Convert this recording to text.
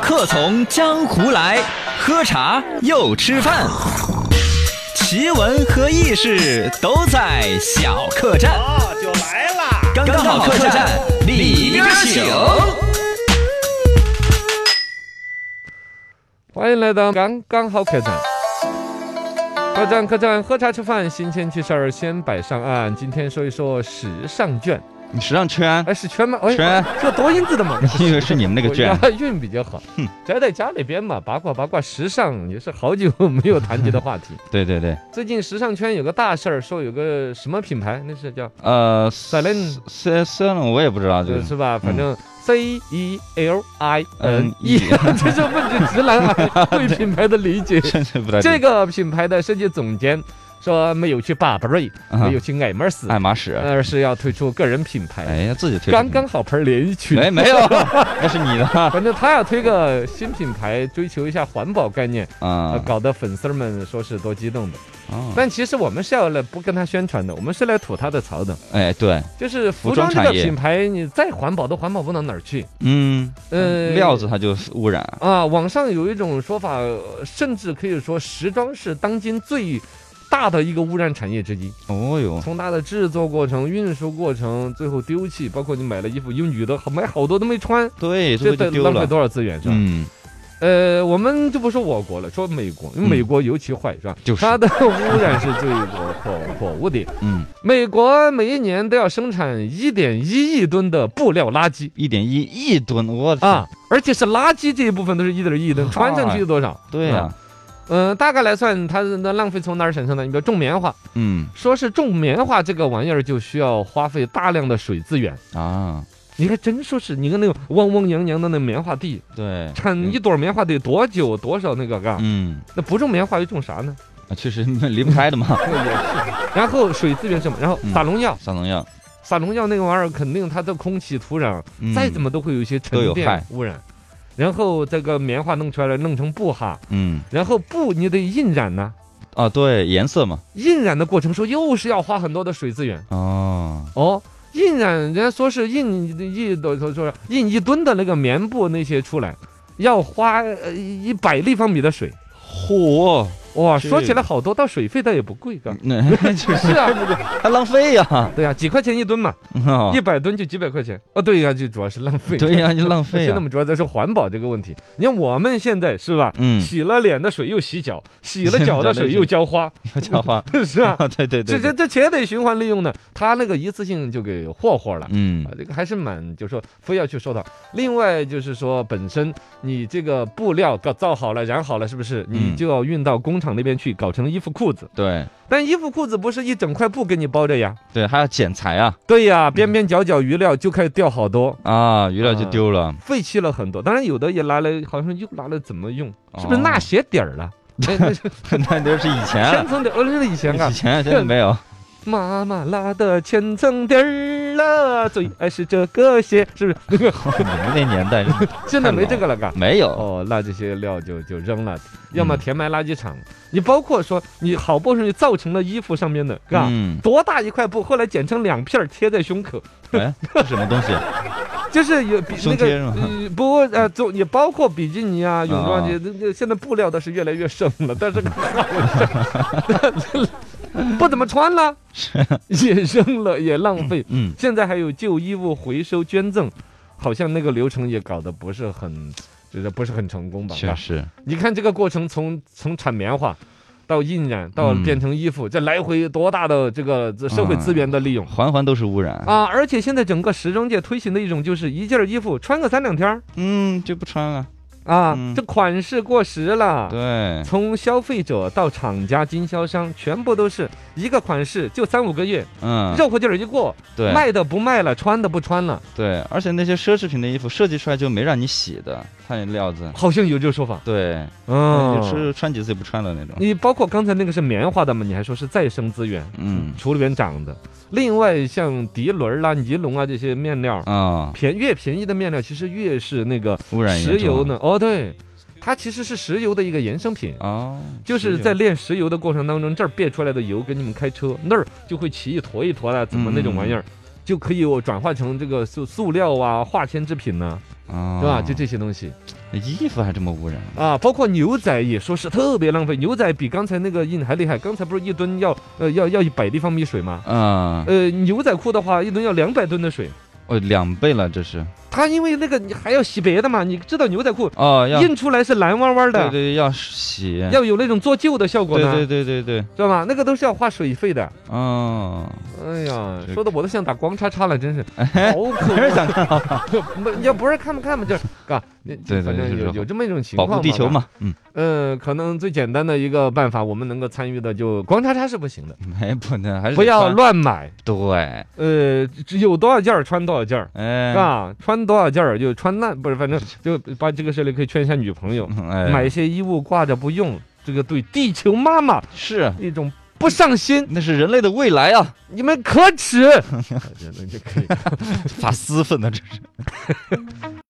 客从江湖来，喝茶又吃饭，奇闻和异事都在小客栈。哦，就来啦！刚刚好客栈，里边请。欢迎来到刚刚好客栈。客栈客栈，喝茶吃饭，新鲜趣事儿先摆上岸。今天说一说时尚券，你时尚圈，哎，是圈吗？哎，圈这多音字的嘛。因为是你们 那个卷，押韵比较好，宅在家里边嘛，八卦八卦时尚也是好久没有谈及的 话题。对对对，最近时尚圈有个大事儿，说有个什么品牌，那是叫呃 Celine ，C C N 我也不知道这呃个，是吧？反正 C E L I N 嗯 E， E 这是问起直男 癌对品牌的理解。真的不知道这个品牌的设计总监说没有去 Burberry，嗯没有去爱马仕，爱马仕，啊而是要推出个人品牌。哎呀，自己推刚刚好牌连衣裙，没没有，那是你的 反正他要推个新品牌，追求一下环保概念，呃啊搞得粉丝们说是多激动的。啊，但其实我们是要来不跟他宣传的，我们是来吐他的槽的。哎对，就是服服装装这个产业品牌，你再环保都环保不到哪儿去。嗯，呃，料子它就是污染，啊，网上有一种说法，呃甚至可以说时装是当今最大的一个污染产业之一。哦哟，从它的制作过程、运输过程，最后丢弃，包括你买了衣服，有女的好买好多都没穿，对，这这不得就丢浪费了？多少资源是吧？嗯，呃，我们就不说我国了，说美国，因嗯为美国尤其坏是吧？就是它的污染是最火火火物的。嗯，美国每一年都要生产一点一亿吨的布料垃圾一点一亿吨，我啊，而且是垃圾这一部分都是一点一亿吨，穿上去是多少？对呀，嗯、大概来算，它的浪费从哪儿产生的？你比如种棉花，嗯说是种棉花这个玩意儿就需要花费大量的水资源。啊，你还真说是，你看那个汪汪洋洋的那棉花地，对，产一啊朵棉花得多久多少那个嘎？嗯，那不种棉花又种啥呢？啊确实离不开的 嘛，然后水资源什么？然后嗯撒农药，三农药，撒农药那个玩意儿肯定它的空气、土壤嗯再怎么都会有一些都沉有淀害污染。然后这个棉花弄出来了，弄成布哈，嗯然后布你得印染呐、啊，对，颜色嘛，印染的过程说又是要花很多的水资源哦。哦。印染人家说是印一都说说印一吨的那个棉布那些出来，要花呃一百立方米的水。嚯，哇，是说起来好多，倒水费倒也不贵，嘎。那是 啊，还浪费呀、对呀、几块钱一吨嘛， 嗯一百吨就几百块钱。哦，对呀、就主要是浪费。对呀、就浪费 啊现在呀、我们主要在说环保这个问题。你看我们现在是吧？ 嗯，洗了脸的水又洗脚，洗了 脚的水又浇花， 有讲话 是啊，啊，对对这对，这这且得循环利用呢。他那个一次性就给霍霍了。嗯啊，这个还是蛮，就说非要去说它。另外就是说，本身你这个布料搞造好了、染好了，是不是？你嗯就要运到工厂那边去，搞成衣服、裤子。对但衣服、裤子不是一整块布给你包着呀？对，还要剪裁啊对呀，边边角角余料就开始掉好多，啊，余料就丢了，废弃了很多。当然，有的也拿来，好像又拿来怎么用？是不是哦哎纳鞋底儿了？哎那是 那都是以前千了，层底儿，哦，那是以前 啊以，前真的没有，妈妈拉的千层底儿了，最爱是这个鞋，是不是？那个 你们那年代是现在没这个了，嘎。 没有，哦，那这些料就就扔嗯了，要么填埋垃圾场。你包括说，你好不容易造成了衣服上面的，嘎，嗯，多大一块布，后来剪成两片儿贴在胸口，哎，这什么东西？就是有比那胸个贴是吗呃，不过呃，总也包括比基尼啊、泳装啊这这现在布料倒是越来越省了，但是 不怎么穿了， 也扔了，也浪费。嗯，现在还有旧衣物回收捐赠，好像那个流程也搞得不是很，就是不是很成功吧？确实，你看这个过程从，从产棉花。到印染，到嗯变成衣服，这来回多大的这个这社会资源的利用、环环都是污染，啊！而且现在整个时装界推行的一种就是一件衣服穿个三两天儿嗯，就不穿了，啊，嗯这款式过时了。对，从消费者到厂家、经销商，全部都是一个款式就三五个月，嗯，热乎劲儿一过，对卖的不卖了，穿的不穿了，对，而且那些奢侈品的衣服设计出来就没让你洗的，看你料子，好像有这个说法。对，嗯，就是穿几次也不穿了那种，你包括刚才那个是棉花的嘛，你还说是再生资源，嗯除了原长的。另外像涤纶啦、尼龙啊这些面料，啊，便越便宜的面料其实越是那个污染严石油重啊呢。哦，对，它其实是石油的一个衍生品。哦，就是石油在炼石油的过程当中，这儿变出来的油给你们开车，那儿就会起一坨一坨的，怎么那种玩意儿，嗯就可以我转化成这个塑塑料啊、化纤制品呐，哦是吧？就这些东西，衣服还这么污染，啊，包括牛仔也说是特别浪费，牛仔比刚才那个印还厉害，刚才不是一吨要呃要要一百立方米水吗？啊，呃，牛仔裤的话，一吨要两百吨的水。哦，两倍了这是，它因为那个你还要洗别的嘛，你知道牛仔裤哦，要印出来是蓝弯弯对的，对要洗，要有那种做旧的效果对呢，对对对对，知道吗？那个都是要花水费的。哦，哎呀，这说的我都想打光叉叉 了，真是好苦啊。想看，要不是看不看嘛，就是啊，对对对反正就是有有这么一种情保况。护地球。嘛，嗯，嗯，可能最简单的一个办法，我们能够参与的就光叉叉是不行的， 没嗯哎不能还是不得要穿，乱买，对，呃，只有多少件儿穿多少件儿。哎，啊，穿多少件儿就穿烂，不是，反正就把这个事儿可以劝一下女朋友，嗯哎，买一些衣物挂着不用，这个对地球妈妈是，啊一种不上心，那是人类的未来啊，你 们哎可耻。这这可以。发私愤呢这是。